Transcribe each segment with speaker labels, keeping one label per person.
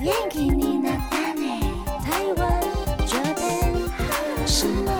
Speaker 1: 元気になったね台湾这边什么？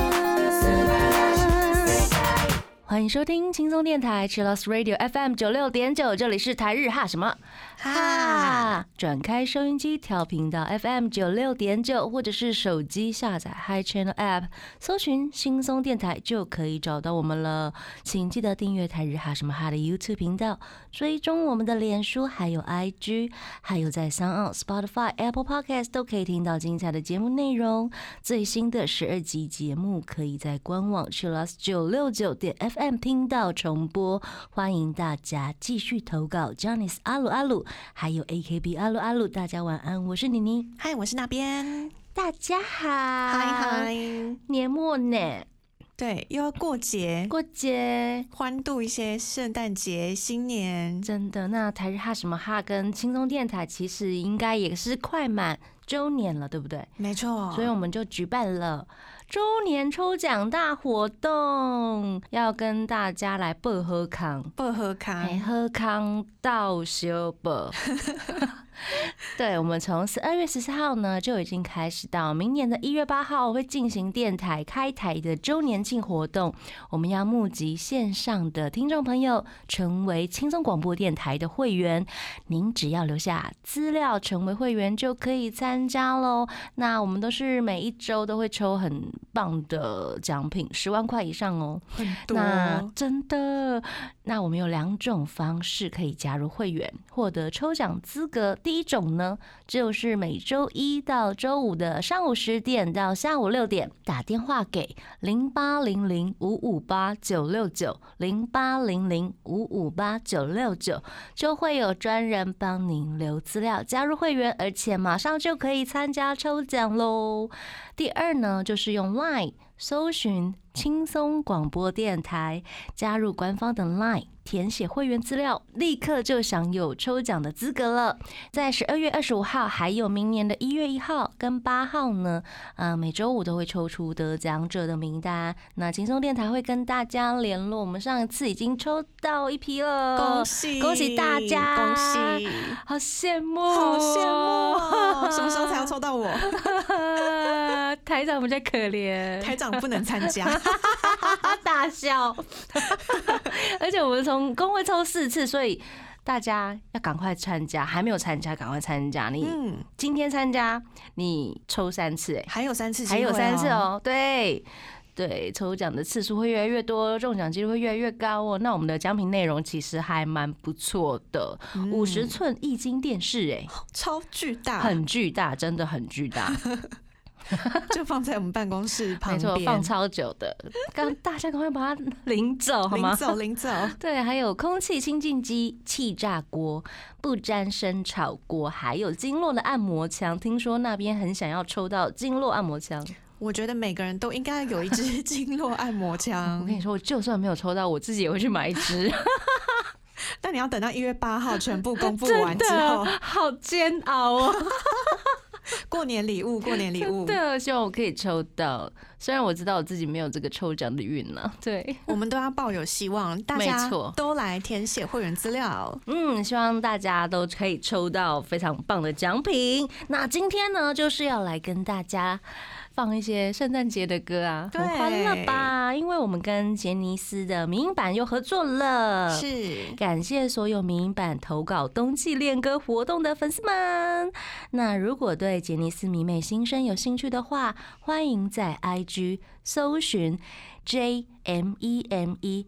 Speaker 2: 欢迎收听轻松电台 c h i l l o s Radio FM 九六点九，这里是台日哈什么哈，转开收音机调频到 FM 九六点九，或者是手机下载 Hi Channel App，搜寻轻松电台就可以找到我们了。请记得订阅台日哈什么哈的 YouTube 频道，追踪我们的脸书还有 IG，还有在 s o n Spotify、Apple Podcast 都可以听到精彩的节目内容。最新的十二集节目可以在官网 chillus 九六九点 FM 听到重播，欢迎大家继续投稿 j o n n y s 阿鲁阿鲁，还有 AKB 阿鲁阿鲁，大家晚安，我是妮妮，
Speaker 3: 嗨，我是那边，
Speaker 2: 大家好，
Speaker 3: 嗨
Speaker 2: 嗨，
Speaker 3: 嗨，
Speaker 2: 年末呢，
Speaker 3: 对，又要过节，
Speaker 2: 过节。
Speaker 3: 欢度一些圣诞节、新年，
Speaker 2: 真的，那台日哈什么哈跟轻松电台其实应该也是快满周年了，对不对？
Speaker 3: 没错，
Speaker 2: 所以我们就举办了周年抽奖大活动，要跟大家来报喝康，
Speaker 3: 薄荷卡
Speaker 2: 哎，喝康到修报。对，我们从十二月十四号呢就已经开始到明年的一月八号会进行电台开台的周年庆活动，我们要募集线上的听众朋友成为轻松广播电台的会员，您只要留下资料成为会员就可以参加喽。那我们都是每一周都会抽很棒的奖品，十万块以上哦。
Speaker 3: 很多，
Speaker 2: 那真的，那我们有两种方式可以加入会员，获得抽奖资格。第一种呢，就是每周一到周五的上午十点到下午六点，打电话给零八零零五五八九六九零八零零五五八九六九，就会有专人帮您留资料，加入会员，而且马上就可以参加抽奖喽。第二呢，就是用 Line 搜寻轻松广播电台，加入官方的 Line，填写会员资料，立刻就享有抽奖的资格了。在十二月二十五号，还有明年的一月一号跟八号呢，呃，每周五都会抽出得奖者的名单。那轻松电台会跟大家联络，我们上一次已经抽到一批了，
Speaker 3: 恭喜
Speaker 2: 呃恭喜大家
Speaker 3: 恭喜，
Speaker 2: 好羡慕，
Speaker 3: 好羡慕哦，什么时候才要抽到我？
Speaker 2: 台长比较可怜，
Speaker 3: 台长不能参 加，
Speaker 2: 他大笑， 而且我们从工会抽四次，所以大家要赶快参加，还没有参加赶快参加。你
Speaker 3: 嗯，
Speaker 2: 今天参加，你抽三次、哎，
Speaker 3: 还有三次，
Speaker 2: 还有三次，哦，对。对，抽奖的次数会越来越多，中奖几率会越来越高哦。那我们的奖品内容其实还蛮不错的，五十寸液晶电视、
Speaker 3: 超巨
Speaker 2: 哎，
Speaker 3: 大，
Speaker 2: 很巨大，真的很巨大。
Speaker 3: 就放在我们办公室旁
Speaker 2: 没错，
Speaker 3: 边，
Speaker 2: 放超久的，刚大家赶快把它领走好吗
Speaker 3: 领？走领走，
Speaker 2: 对，还有空气清净机、气炸锅、不沾生炒锅，还有经络的按摩枪。听说那边很想要抽到经络按摩枪。
Speaker 3: 我觉得每个人都应该有一支 经络按 摩
Speaker 2: 我
Speaker 3: 枪
Speaker 2: 跟，你说，我就算没有抽到，我自己也会去买一 支。
Speaker 3: 但你要等到一月 八号全部公布完
Speaker 2: 真
Speaker 3: 之
Speaker 2: 的
Speaker 3: 后，
Speaker 2: 啊好煎熬哦。
Speaker 3: 过年礼物，过年礼
Speaker 2: 真
Speaker 3: 物，
Speaker 2: 的，希望我可以抽到。虽然我知道我自己没有这个抽奖的运呢、对，
Speaker 3: 我们都要抱有希望，大
Speaker 2: 没
Speaker 3: 家
Speaker 2: 错
Speaker 3: 都来填写会员资料。
Speaker 2: 嗯，希望大家都可以抽到非常棒的奖品。那今天呢，就是要来跟大家放一些圣诞节的歌啊，很
Speaker 3: 对
Speaker 2: 欢乐吧？因为我们跟杰尼斯的民音版又合作了。
Speaker 3: 是，
Speaker 2: 感谢所有民音版投稿冬季恋歌活动的粉丝们。那如果对杰尼斯迷妹新生有兴趣的话，欢迎在 IG 搜寻 J M E M E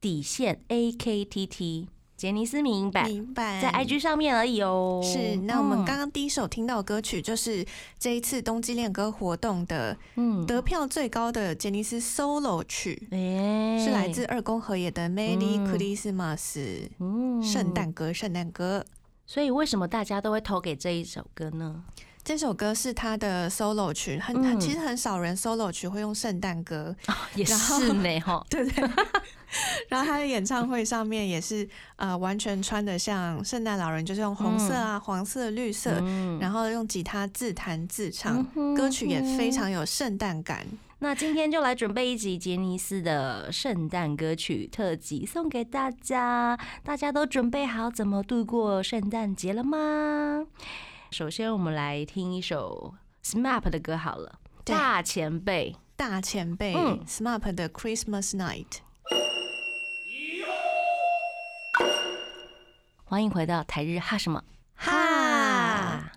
Speaker 2: 底线 A K T T 杰尼斯民音版，
Speaker 3: 明白。
Speaker 2: 在 IG 上面而已哦。
Speaker 3: 是，那我们
Speaker 2: 嗯
Speaker 3: 刚刚第一首听到的歌曲就是这一次冬季恋歌活动的
Speaker 2: 嗯，
Speaker 3: 得票最高的杰尼斯 solo 曲，
Speaker 2: 哎
Speaker 3: 是来自二宫和也的《Merry
Speaker 2: 嗯
Speaker 3: Christmas》
Speaker 2: 嗯
Speaker 3: 圣，诞歌，圣诞歌。
Speaker 2: 所以为什么大家都会投给这一首歌呢？
Speaker 3: 这首歌是他的 solo 曲，很很
Speaker 2: 嗯
Speaker 3: 其实很少人 solo 曲会用圣诞歌，
Speaker 2: 也
Speaker 3: 然后
Speaker 2: 是呢，哈，
Speaker 3: 对不对？然后他的演唱会上面也是呃，完全穿的像圣诞老人，就是用红色啊、黄色、绿色，
Speaker 2: 嗯
Speaker 3: 然后用吉他自弹自唱，
Speaker 2: 哼
Speaker 3: 歌曲也非
Speaker 2: 哼
Speaker 3: 常有圣诞感。
Speaker 2: 那今天就来准备一集杰尼斯的圣诞歌曲特辑，送给大家。大家都准备好怎么度过圣诞节了吗？首先，我们来听一首 SMAP 的歌好了，《
Speaker 3: 对
Speaker 2: 大前辈》。
Speaker 3: 大前辈、
Speaker 2: 嗯
Speaker 3: SMAP 的 Christmas Night。
Speaker 2: 欢迎回到台日哈什么
Speaker 3: 哈
Speaker 2: 哈。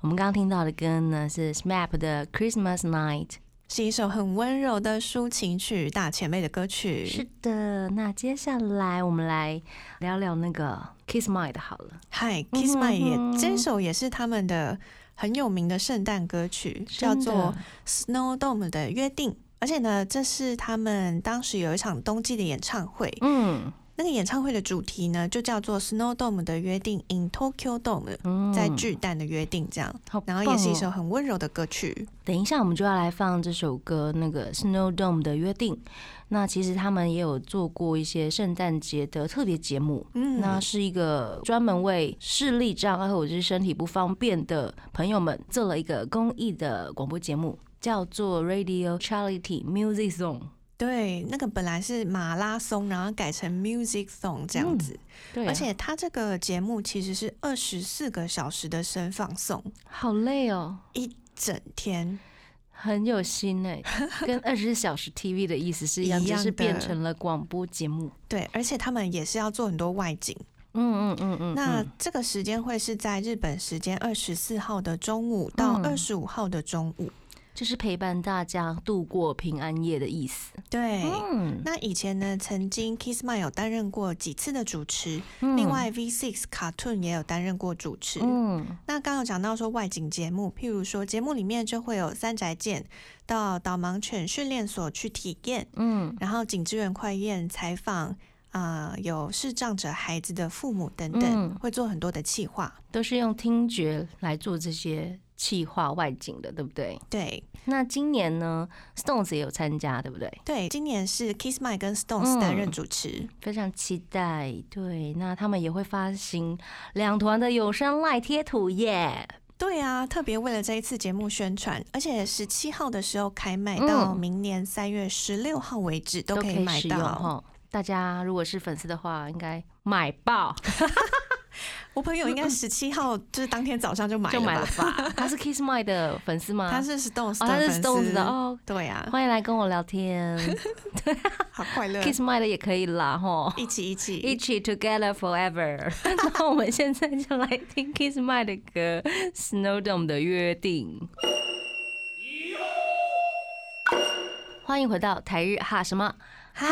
Speaker 2: 我们刚刚听到的歌呢是 SMAP 的《Christmas Night》。
Speaker 3: 是一首很温柔的抒情曲，大前辈的歌曲。
Speaker 2: 是的，那接下来我们来聊聊那个 Kiss My 的好了，
Speaker 3: 嗨，Kiss My 也、
Speaker 2: 嗯哼
Speaker 3: 这首也是他们的很有名的圣诞歌曲，叫
Speaker 2: 真的
Speaker 3: 做 Snow Dome 的约定。而且呢，这是他们当时有一场冬季的演唱会，
Speaker 2: 嗯
Speaker 3: 那个演唱会的主题呢就叫做 Snow Dome 的约定 in Tokyo Dome，
Speaker 2: 嗯，
Speaker 3: 在巨蛋的约定这样。
Speaker 2: 好棒
Speaker 3: 然
Speaker 2: 哦
Speaker 3: 后也是一首很温柔的歌曲，
Speaker 2: 等一下，我们就要来放这首歌，那个 Snow Dome 的约定。那其实他们也有做过一些圣诞节的特别节目，
Speaker 3: 嗯，
Speaker 2: 那是一个专门为视力障碍或者是身体不方便的朋友们做了一个公益的广播节目，叫做 Radio Charity Music Zone。
Speaker 3: 对，那个本来是马拉松，然后改成 music song 这样
Speaker 2: 嗯
Speaker 3: 子。
Speaker 2: 对、
Speaker 3: 而且它这个节目其实是二十四个小时的声放送，
Speaker 2: 好累哦，
Speaker 3: 一整天。
Speaker 2: 很有心 哎、跟二十四小时 TV 的意思是一样，
Speaker 3: 一样
Speaker 2: 只是
Speaker 3: 的
Speaker 2: 变成了广播节目。
Speaker 3: 对，而且他们也是要做很多外景。
Speaker 2: 嗯嗯嗯嗯，
Speaker 3: 那
Speaker 2: 嗯
Speaker 3: 这个时间会是在日本时间二十四号的中午到
Speaker 2: 嗯
Speaker 3: 二十五号的中午。
Speaker 2: 就是陪伴大家度过平安夜的意思。
Speaker 3: 对。
Speaker 2: 嗯，
Speaker 3: 那以前呢，曾经 Kiss My 有担任过几次的主持，
Speaker 2: 嗯
Speaker 3: 另，外 V6 Cartoon 也有担任过主持。
Speaker 2: 嗯
Speaker 3: 那刚刚有讲到说外景节目，譬如说节目里面就会有三宅健到导盲犬训练所去体验，
Speaker 2: 嗯
Speaker 3: 然后警支援快验采访啊、呃有视障者孩子的父母等等，
Speaker 2: 嗯
Speaker 3: 会做很多的企划。
Speaker 2: 都是用听觉来做这些气化外景的，对不对？
Speaker 3: 对
Speaker 2: 那今年呢，Stones 也有参加，对不对？
Speaker 3: 对，今年是 Kiss My 跟 Stones
Speaker 2: 嗯
Speaker 3: 担任主持，
Speaker 2: 非常期待。对，那他们也会发行两团的有声赖贴图耶。
Speaker 3: 对啊，特别为了这一次节目宣传，而且十七号的时候开卖，到
Speaker 2: 嗯
Speaker 3: 明年三月十六号为止都可以买
Speaker 2: 使用
Speaker 3: 到。
Speaker 2: 哈。大家如果是粉丝的话，应该买爆
Speaker 3: 我朋友应该十七号就是当天早上就买
Speaker 2: 嗯就
Speaker 3: 了
Speaker 2: 买了
Speaker 3: 吧？
Speaker 2: 吧。他是 Kiss My 的粉丝吗？
Speaker 3: 他是 Stones
Speaker 2: 哦，
Speaker 3: 的
Speaker 2: 他是
Speaker 3: 粉丝
Speaker 2: Stones 的，哦。
Speaker 3: 对啊，
Speaker 2: 欢迎来跟我聊 天
Speaker 3: 好快乐，
Speaker 2: ，Kiss My 的也可以啦，吼。
Speaker 3: 一起一起
Speaker 2: 一起 together forever。那我 们现在就来听 Kiss My 的歌《Snow Dome 的约定》。欢迎回到台日哈什么
Speaker 3: 哈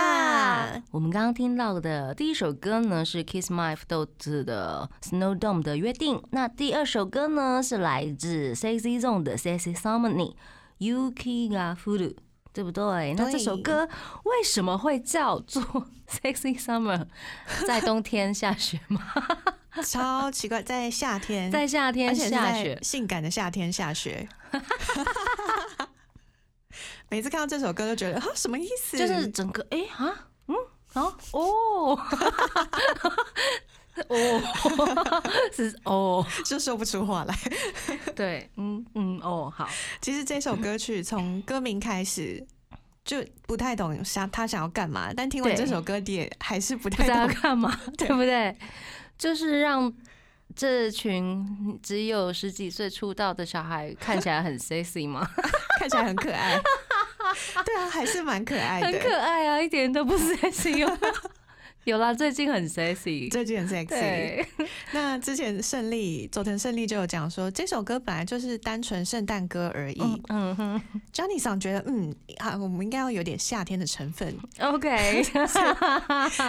Speaker 2: 哈？我们刚刚听到的第一首歌呢是 Kiss My 豆子的《Snow Dome 的约定》，那第二首歌呢是来自 Sexy Zone 的《Sexy Summoning》，Yuki ga furu。对不对？那这首歌为什么会叫做 Sexy Summer？在冬天下雪吗？
Speaker 3: 超奇怪，在夏天，
Speaker 2: 在夏
Speaker 3: 而
Speaker 2: 天
Speaker 3: 且是
Speaker 2: 下
Speaker 3: 在
Speaker 2: 雪，
Speaker 3: 性感的夏天下 雪。 每次看到这首歌都觉得啊，什么意思？
Speaker 2: 就是整个哎啊嗯啊哦 哦 是哦
Speaker 3: 就说不出话来。
Speaker 2: 对嗯嗯哦好
Speaker 3: 其实这首歌曲从歌名开始就不太懂想他想要干嘛，但听完
Speaker 2: 对
Speaker 3: 这首歌你也还是不
Speaker 2: 不
Speaker 3: 太
Speaker 2: 知道要
Speaker 3: 懂。
Speaker 2: 干嘛，
Speaker 3: 对
Speaker 2: 对不对？就是让这群只有十几岁出道的小孩看起来 很 sexy 吗？
Speaker 3: 看起来很 可爱。对啊，还是蛮可爱
Speaker 2: 很
Speaker 3: 的。
Speaker 2: 可爱啊，一点都不 sexy 哦。有啦，最近很 sexy。
Speaker 3: 最近很 sexy。
Speaker 2: 对，
Speaker 3: 那之前胜利佐藤胜利就有讲说，这首歌本来就是单纯圣诞歌而已。
Speaker 2: 嗯嗯哼
Speaker 3: Johnny 桑觉得，嗯，啊，我们应该要有点夏天的成分，
Speaker 2: ，OK，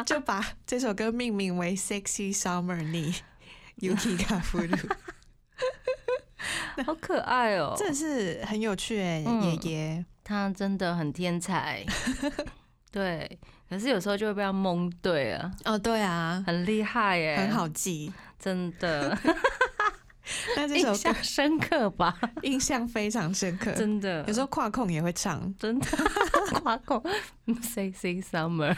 Speaker 3: 就把这首歌命名为《Sexy Summer》你 Yuki k a f u r u
Speaker 2: 好可爱 哦、
Speaker 3: 这是很有趣哎、
Speaker 2: 嗯
Speaker 3: 爷爷。
Speaker 2: 他真的很天 才，对。可是有时候就会被他蒙对了，
Speaker 3: 哦，对啊，
Speaker 2: 很厉害耶，
Speaker 3: 很，好记。
Speaker 2: 真的
Speaker 3: 那这
Speaker 2: 印
Speaker 3: 首
Speaker 2: 象
Speaker 3: 歌
Speaker 2: 深刻吧？
Speaker 3: 印象非常深刻，
Speaker 2: 真的，
Speaker 3: 有时候跨控也会唱。
Speaker 2: 真的 夸口 ，sexy summer，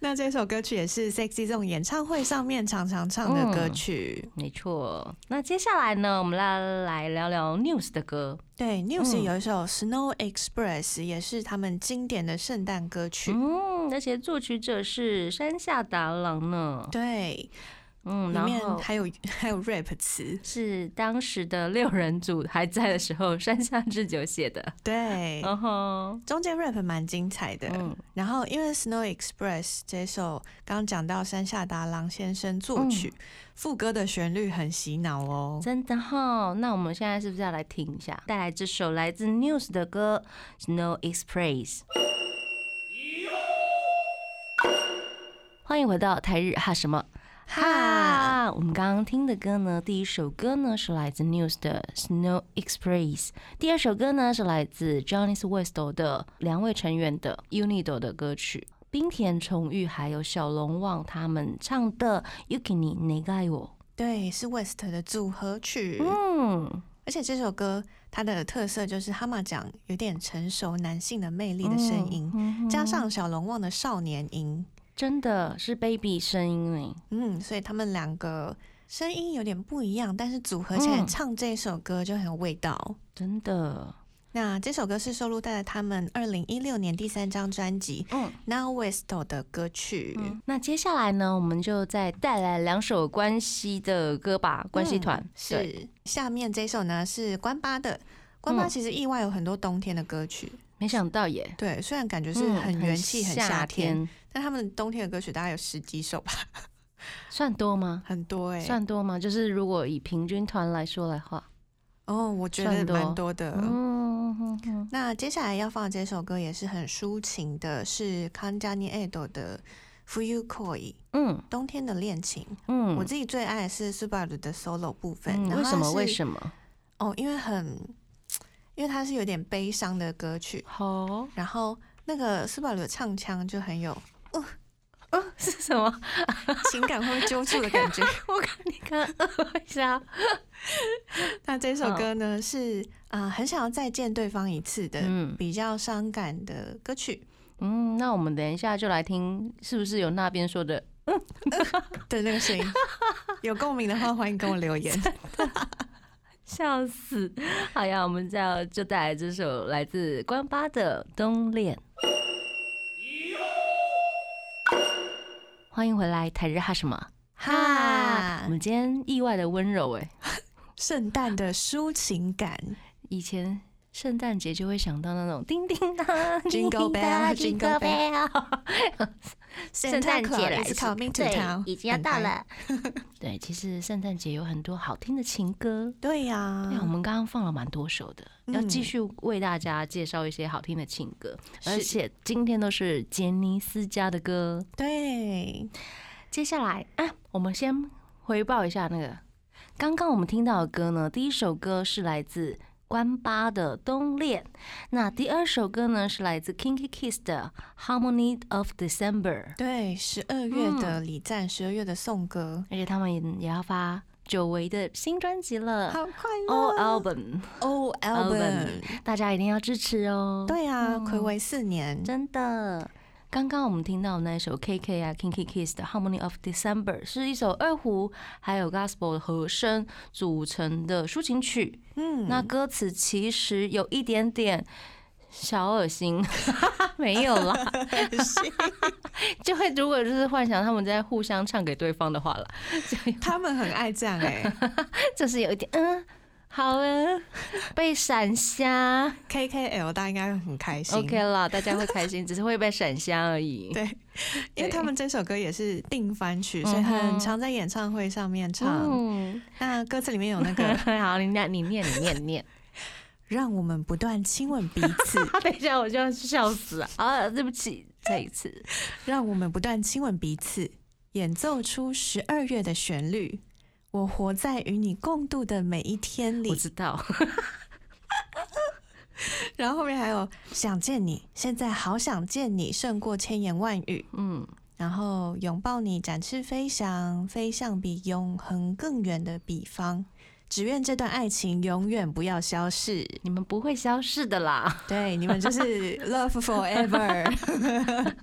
Speaker 3: 那这首歌曲也是 Sexy 这种演唱会上面常常唱的歌
Speaker 2: 嗯
Speaker 3: 曲。
Speaker 2: 没错。那接下来呢，我们来来聊聊 News 的歌。
Speaker 3: 对，News
Speaker 2: 嗯
Speaker 3: 有一首《Snow Express》，也是他们经典的圣诞歌曲。
Speaker 2: 嗯，而且作曲者是山下达郎呢。
Speaker 3: 对，
Speaker 2: 嗯，
Speaker 3: 里
Speaker 2: 然
Speaker 3: 面
Speaker 2: 后
Speaker 3: 还有还有 rap 词，
Speaker 2: 是当时的六人组还在的时候，山下智久写的。
Speaker 3: 对，
Speaker 2: 嗯哼，
Speaker 3: 中间 rap 蛮精彩的。
Speaker 2: 嗯
Speaker 3: 然后因为《Snow Express》这首刚刚讲到山下达郎先生
Speaker 2: 嗯
Speaker 3: 作曲，副歌的旋律很洗脑哦。
Speaker 2: 真的哈、那我们现在是不是要来听一下，带来这首来自 News 的歌《Snow Express》？欢迎回到台日哈什么
Speaker 3: 哈，
Speaker 2: 哈？我们刚刚听的歌呢，第一首歌呢是来自 News 的《Snow Express》，第二首歌呢是来自 Johnny West 的两位成员的 UNIDO 的歌曲。冰田崇裕还有小龙旺他们唱的《Yuki ni negai wo》，
Speaker 3: 对，是 West 的组合曲。
Speaker 2: 嗯，
Speaker 3: 而且这首歌它的特色就是哈马讲有点成熟男性的魅力的声音，
Speaker 2: 嗯
Speaker 3: 加上小龙旺的少年音，
Speaker 2: 真的是 baby 声音哎，
Speaker 3: 嗯，所以他们两个声音有点不一样，但是组合起来
Speaker 2: 嗯
Speaker 3: 唱这首歌就很有味道。
Speaker 2: 真的，
Speaker 3: 那这首歌是收录在他们二零一六年第三张专辑
Speaker 2: 嗯
Speaker 3: 《Now Westo》的歌曲。
Speaker 2: 嗯。那接下来呢，我们就再带来两首关系的歌吧，关系
Speaker 3: 嗯
Speaker 2: 团、对
Speaker 3: 是下面这首呢是关八的。关八
Speaker 2: 嗯
Speaker 3: 其实意外有很多冬天的歌曲，
Speaker 2: 没想到耶，
Speaker 3: 对，虽然感觉是
Speaker 2: 嗯
Speaker 3: 很元气、很夏
Speaker 2: 夏
Speaker 3: 天，，但他们冬天的歌曲大概有十几首吧，
Speaker 2: 算多吗？
Speaker 3: 很多哎、
Speaker 2: 算多吗？就是如果以平均团来说的话，
Speaker 3: 哦，我觉
Speaker 2: 算
Speaker 3: 得
Speaker 2: 多
Speaker 3: 蛮多的。
Speaker 2: 嗯哼哼
Speaker 3: 那接下来要放的这首歌也是很抒情的，是康佳妮爱豆的《Fuyu Koi》
Speaker 2: 嗯
Speaker 3: 冬天的恋情。
Speaker 2: 嗯，
Speaker 3: 我自己最爱的是 Subaru 的 solo 部分，
Speaker 2: 嗯
Speaker 3: 然
Speaker 2: 为
Speaker 3: 后
Speaker 2: 什么？为
Speaker 3: 么？
Speaker 2: 什么？
Speaker 3: 哦，因为很，因为它是有点悲伤的歌曲，
Speaker 2: 好
Speaker 3: 然后那个 Subaru 的唱腔就很有
Speaker 2: 是什么？
Speaker 3: 情感会被揪住的感觉。
Speaker 2: 我看你看一下，
Speaker 3: 那这
Speaker 2: 嗯
Speaker 3: 首歌呢是啊、很想要再见对方一次的，
Speaker 2: 嗯
Speaker 3: 比较伤感的歌曲
Speaker 2: 嗯，那我们等一下就来听，是不是有那边说的
Speaker 3: 的那个 声音。有共鸣的话，欢迎跟我留言。
Speaker 2: 笑死！好呀，我们这样就带来这首来自关八的《冬恋》。欢迎回来，台日哈什么哈？我
Speaker 3: 哈，
Speaker 2: 们今天意外的温柔哎，
Speaker 3: 圣诞的抒情感
Speaker 2: 以前圣诞节就会想到那种叮叮当
Speaker 3: Jingle bell, jingle
Speaker 2: bell，圣诞节来
Speaker 3: Santa Claus is
Speaker 2: 是
Speaker 3: coming to
Speaker 2: 对
Speaker 3: town，
Speaker 2: 已经要到
Speaker 3: 很白。
Speaker 2: 了。 对，其实圣诞节有很多好听的情歌，
Speaker 3: 对呀、
Speaker 2: 对，哎我们刚刚放了蛮多首的，要继
Speaker 3: 嗯
Speaker 2: 续为大家介绍一些好听的情歌，而
Speaker 3: 是
Speaker 2: 且今天都是杰尼斯家的歌。
Speaker 3: 对，
Speaker 2: 接下来啊，我们先回报一下那个刚刚我们听到的歌呢，第一首歌是来自关八的《冬恋》，那第二首歌呢是来自 Kinky Kiss 的《Harmony of December》，
Speaker 3: 对，十二月的
Speaker 2: 嗯
Speaker 3: 礼赞，十二、月的颂歌，
Speaker 2: 而且他们也要发久违的新专辑了。
Speaker 3: 好快
Speaker 2: All
Speaker 3: 乐
Speaker 2: album，
Speaker 3: ，O
Speaker 2: 哦 album 大家一定要支持哦！
Speaker 3: 对啊，暌违四年，
Speaker 2: 真的。刚刚我们听到那首 K K 啊 Kinky Kiss 的 Harmony of December 是一首二胡还有 Gospel 的和声组成的抒情曲。
Speaker 3: 嗯，
Speaker 2: 那 歌词其实有一点点小恶心， 没有啦， 就会如果就是幻想他们在互相唱给对方的话啦，就
Speaker 3: 他们很爱这样哎、
Speaker 2: 就是有一点嗯，好嗯，被闪瞎。
Speaker 3: k K L 大家应该会很开心
Speaker 2: OK 啦，大家会开心，只是会被闪瞎而已。
Speaker 3: 对因为他们这首歌也是定番曲，所以
Speaker 2: 嗯哼
Speaker 3: 很常在演唱会上面唱。
Speaker 2: 嗯。
Speaker 3: 那歌词里面有那个
Speaker 2: 好，你念，你念，你念，你念。
Speaker 3: “让我们不断亲吻彼此，
Speaker 2: 啊，等一下，我就要笑死了。啊，对不起，这一次。
Speaker 3: 让我们不断亲吻彼此”，演奏出十二月的旋律。我活在与你共度的每一天里
Speaker 2: 我，知道，
Speaker 3: 然后后面还有想见你，现在好想见你，胜过千言万语。
Speaker 2: 嗯，
Speaker 3: 然后拥抱你，展翅飞翔，飞向比永恒更远的彼方。只愿这段爱情永远不要消逝。
Speaker 2: 你们不会消失的啦，
Speaker 3: 对，你们就是 love forever，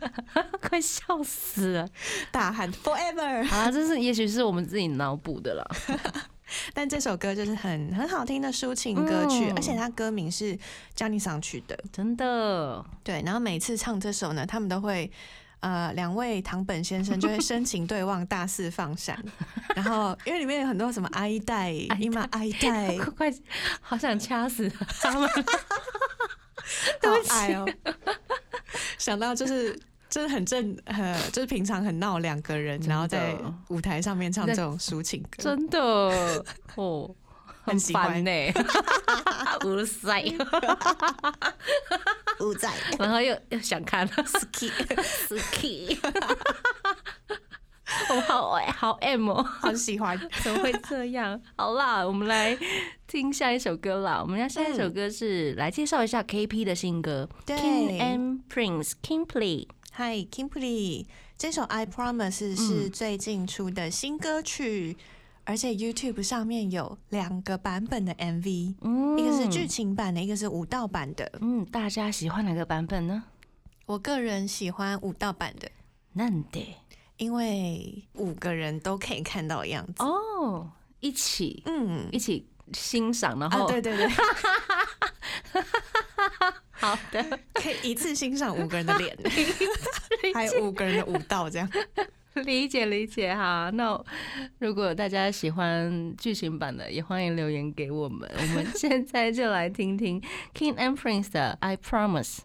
Speaker 2: 快笑死了。
Speaker 3: 大喊 forever。
Speaker 2: 好啦，这是也许是我们自己脑补的啦。
Speaker 3: 但这首歌就是很很好听的抒情歌曲，
Speaker 2: 嗯
Speaker 3: 而且它歌名是 Johnny 上去的。
Speaker 2: 真的，
Speaker 3: 对，然后每次唱这首呢，他们都会呃，两位堂本先生就会深情对望，大肆放闪。然后，因为里面有很多什么哀带、姨妈哀 带，
Speaker 2: 快快，好想掐死他们！
Speaker 3: 对不起哦。想到就是真的很正，呃，就是平常很闹两个人，
Speaker 2: 真的
Speaker 3: 然后在舞台上面唱这种抒情歌，
Speaker 2: 真的哦，
Speaker 3: 很喜欢
Speaker 2: 烦呢、无塞，
Speaker 3: 舞在
Speaker 2: 然后又又想看 ski ski，我好爱好 M 哦，
Speaker 3: 好喜欢。
Speaker 2: 怎么会这样？好啦，我们来听下一首歌啦。我们家下一首歌是、来介绍一下 KP 的新歌
Speaker 3: 对
Speaker 2: ，King and Prince King Play。
Speaker 3: 嗨 k i m p l y 这首《I Promise》是
Speaker 2: 嗯
Speaker 3: 最近出的新歌曲，而且 YouTube 上面有两个版本的 MV，、
Speaker 2: 嗯
Speaker 3: 一个是剧情版的，一个是舞蹈版的。
Speaker 2: 嗯，大家喜欢哪个版本呢？
Speaker 3: 我个人喜欢舞蹈版的，
Speaker 2: 难得
Speaker 3: 因为五个人都可以看到的样子。
Speaker 2: 哦，一起
Speaker 3: 嗯，
Speaker 2: 一起欣赏，然
Speaker 3: 啊，
Speaker 2: 后、
Speaker 3: 对对 对，
Speaker 2: 好的，
Speaker 3: 可以一次欣赏五个人的脸，还有五个人的舞蹈，这样。
Speaker 2: 理解理解哈。那如果大家喜欢剧情版的，也欢迎留言给我们。我们现在就来听听 King and Prince 的《I Promise》。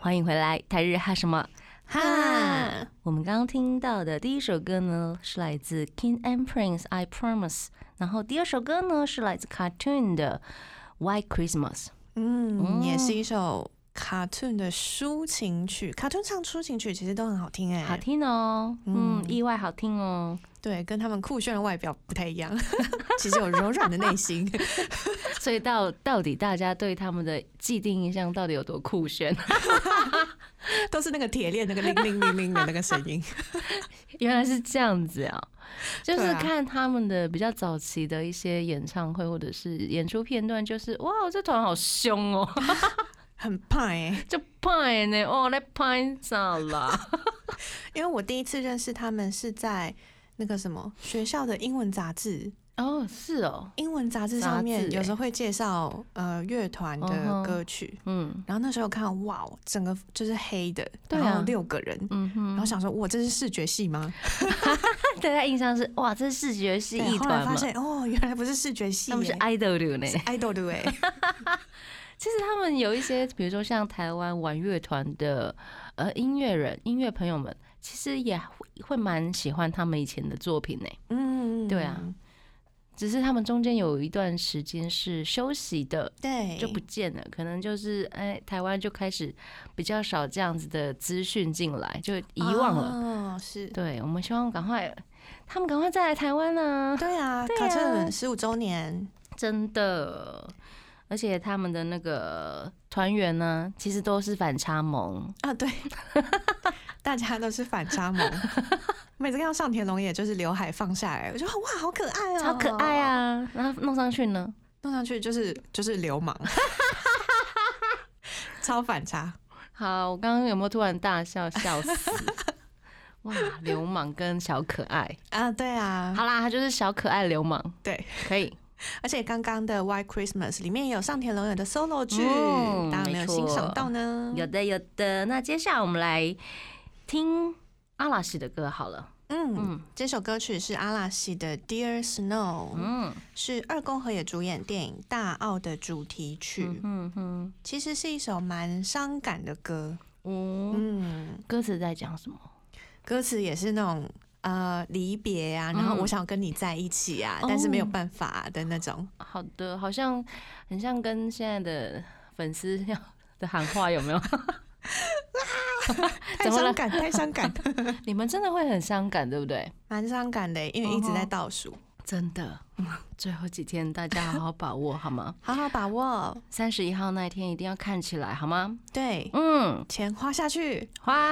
Speaker 2: 欢迎回来，台日 哈什么？
Speaker 3: 哈，
Speaker 2: 我们刚刚听到的第一首歌呢，是来自 King and Prince《I Promise》，然后第二首歌呢是来自 Cartoon 的《White Christmas》。
Speaker 3: 嗯，也
Speaker 2: 哦
Speaker 3: 是一首 cartoon 的抒情曲。cartoon 唱抒情曲其实都很好听哎、
Speaker 2: 好听哦，嗯，
Speaker 3: 嗯
Speaker 2: 意外好听哦，
Speaker 3: 对，跟他们酷炫的外表不太一样， 其实有柔软的内心。
Speaker 2: 所以到到底大家对他们的既定印象到底有多酷炫？
Speaker 3: 都是那个铁链那个铃铃铃铃的那个 声音。
Speaker 2: 原来是这样子啊，就是
Speaker 3: 对啊
Speaker 2: 看他们的比较早期的一些演唱会或者是演出片段，就是哇，这团好凶哦，
Speaker 3: 很胖哎、
Speaker 2: 就拍呢，哦，来拍啥啦？
Speaker 3: 因为我第一次认识他们是在那个什么学校的英文杂志，
Speaker 2: 哦，是哦，
Speaker 3: 英文杂志
Speaker 2: 杂
Speaker 3: 上
Speaker 2: 志
Speaker 3: 面
Speaker 2: 欸
Speaker 3: 有时候会介绍呃乐团
Speaker 2: 嗯
Speaker 3: 的
Speaker 2: 哼
Speaker 3: 歌曲，
Speaker 2: 嗯
Speaker 3: 然后那时候看哇，整个就是黑的，
Speaker 2: 对啊
Speaker 3: 然后六个人，
Speaker 2: 嗯哼，
Speaker 3: 然后想说哇，这是视觉系吗？
Speaker 2: 大家印象是哇，这是视觉系
Speaker 3: 对
Speaker 2: 一
Speaker 3: 后来
Speaker 2: 团嘛
Speaker 3: 发，现哦，原来不是视觉系耶，
Speaker 2: 他们是 idol 流呢。
Speaker 3: idol 的 哎，
Speaker 2: 其实他们有一些，比如说像台湾玩乐团的呃音乐人、音乐朋友们，其实也会会蛮喜欢他们以前的作品呢。
Speaker 3: 嗯，
Speaker 2: 对啊，只是他们中间有一段时间是休息的，
Speaker 3: 对，
Speaker 2: 就不见了。可能就是哎，台湾就开始比较少这样子的资讯进来，就遗忘了。
Speaker 3: 了，哦，是。
Speaker 2: 对，我们希望赶快，他们赶快再来台湾啊！
Speaker 3: 对啊，
Speaker 2: 对啊
Speaker 3: 卡特们十五周年，
Speaker 2: 真的。而且他们的那个团员呢，其实都是反差萌，
Speaker 3: 啊，对， 大家都是反差萌。 每次看到上田龙也就是刘海放下来，我就哇，好可爱哦、
Speaker 2: 超可爱！啊！然后弄上去呢，
Speaker 3: 弄上去就是就是流氓， 超反差。
Speaker 2: 好，我刚刚有没有突然大笑笑死？ 哇，流氓跟小可爱，
Speaker 3: 啊，对啊，
Speaker 2: 好啦，他就是小可爱流氓，
Speaker 3: 对，
Speaker 2: 可以。
Speaker 3: 而且刚刚的《Why Christmas》里面也有上田龙也的 solo 剧，
Speaker 2: 嗯
Speaker 3: 大家有没有欣赏到呢？
Speaker 2: 有的有的，那接下来我们来听阿拉西的歌好了。
Speaker 3: 嗯，
Speaker 2: 嗯
Speaker 3: 这首歌曲是阿拉西的《Dear Snow》，
Speaker 2: 嗯
Speaker 3: 是二宫和也主演电影《大奥》的主题曲，
Speaker 2: 嗯哼，
Speaker 3: 其实是一首蛮伤感的歌。
Speaker 2: 嗯，
Speaker 3: 嗯，
Speaker 2: 歌词在讲什么？
Speaker 3: 歌词也是那种呃离别啊，然后
Speaker 2: 嗯
Speaker 3: 我想跟你在一起啊，
Speaker 2: 哦
Speaker 3: 但是没有办法、的那 种。
Speaker 2: 好的，好像很像跟现在的粉丝要的喊话有没有？
Speaker 3: 太
Speaker 2: 怎么了
Speaker 3: 伤感，太 伤感，
Speaker 2: 你们真的会很伤感，对不对？
Speaker 3: 蛮伤感的，因为一直在倒
Speaker 2: 哦
Speaker 3: 数。
Speaker 2: 真的， 最后几天大家好好把握好哦吗？
Speaker 3: 好好把握，
Speaker 2: 三十一号那一天一定要看起来好吗？
Speaker 3: 对，
Speaker 2: 嗯，
Speaker 3: 钱花下去，
Speaker 2: 花，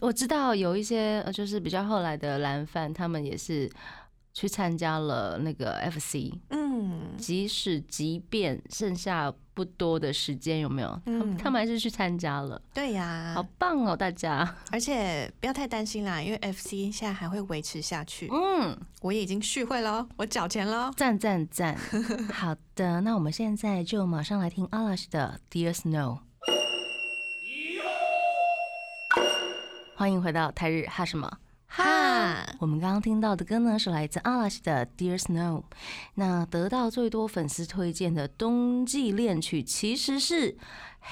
Speaker 2: 我知道有一些呃就是比较后来的蓝饭，他们也是去参加了那个 FC，
Speaker 3: 嗯，
Speaker 2: 即使即便剩下不多的时间，有没有？他们
Speaker 3: 嗯
Speaker 2: 他们还是去参加了，
Speaker 3: 对呀、
Speaker 2: 好棒哦，大家。
Speaker 3: 而且不要太担心啦，因为 FC 现在还会维持下去。
Speaker 2: 嗯，
Speaker 3: 我也已经续会了，我缴钱了。
Speaker 2: 赞赞 赞。好的，那我们现在就马上来听阿拉什的《Dear Snow》。欢迎回到台日哈什么。
Speaker 3: 哈，
Speaker 2: 我们刚刚听到的歌呢，是来自阿拉西的《Dear Snow》。那得到最多粉丝推荐的冬季恋曲其实是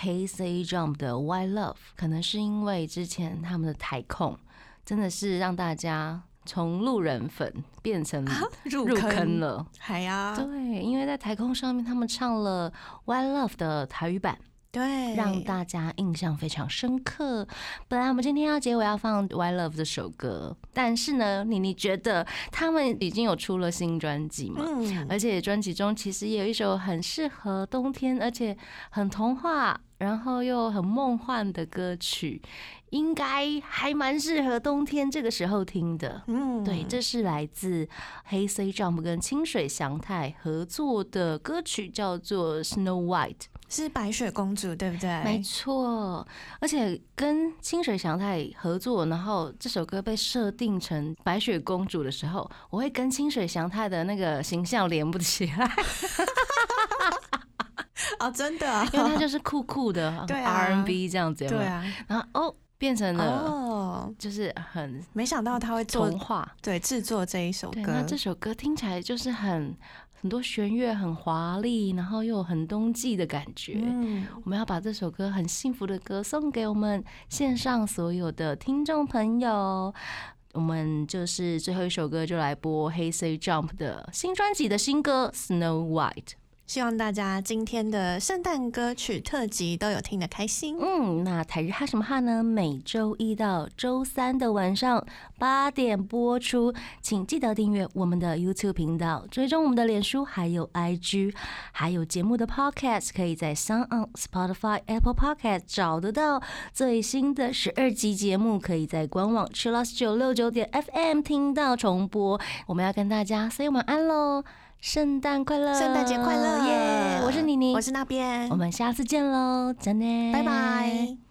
Speaker 2: Hey Say Jump 的《Why Love》，可能是因为之前他们的台控真的是让大家从路人粉变成
Speaker 3: 啊入
Speaker 2: 入坑
Speaker 3: 坑，
Speaker 2: 了。
Speaker 3: 还呀，
Speaker 2: 对，因为在台控上面，他们唱了《Why Love》的台语版，
Speaker 3: 对，
Speaker 2: 让大家印象非常深刻。本来我们今天要结尾要放《Why Love》这首歌，但是呢，你你觉得他们已经有出了新专辑吗？
Speaker 3: 嗯，
Speaker 2: 而且专辑中其实也有一首很适合冬天，而且很童话，然后又很梦幻的歌曲，应该还蛮适合冬天这个时候听的。
Speaker 3: 嗯，
Speaker 2: 对，这是来自黑 C Jump 跟清水祥太合作的歌曲，叫做《Snow White》。
Speaker 3: 是白雪公主，对不对？
Speaker 2: 没错，而且跟清水祥太合作，然后这首歌被设定成白雪公主的时候，我会跟清水祥太的那个形象连不起来，
Speaker 3: 哦，真的，
Speaker 2: 因为他就是 酷酷的
Speaker 3: 对啊
Speaker 2: R&B 这样子，有没有
Speaker 3: 对啊，
Speaker 2: 然后哦变成了
Speaker 3: 哦，
Speaker 2: 就是很
Speaker 3: 没想到他会做
Speaker 2: 童话。
Speaker 3: 对制作这一首
Speaker 2: 对，那
Speaker 3: 歌，
Speaker 2: 这首歌听起来就是很很多弦乐很华丽，然后又有很冬季的感觉。
Speaker 3: 嗯，
Speaker 2: 我们要把这首歌很幸福的歌送给我们线上所有的听众朋友。我们就是最后一首歌，就来播黑 C Jump 的新专辑的新歌《Snow White》。
Speaker 3: 希望大家今天的圣诞歌曲特辑都有听得开心。
Speaker 2: 嗯，那台日哈什么哈呢？每周一到周三的晚上八点播出，请记得订阅我们的 YouTube 频道，追踪我们的脸书还有 IG，还有节目的 Podcast，可以在 Sound、on Spotify、Apple Podcast 找得到最新的十二集节目，可以在官网 c h i l l s 九六九点 FM 听到重播。我们要跟大家 say 晚安喽，圣诞快乐，
Speaker 3: 圣诞节快乐！
Speaker 2: 嗯耶我是妮妮，
Speaker 3: 我是那边
Speaker 2: 我，们下次见喽，真的，
Speaker 3: 拜拜。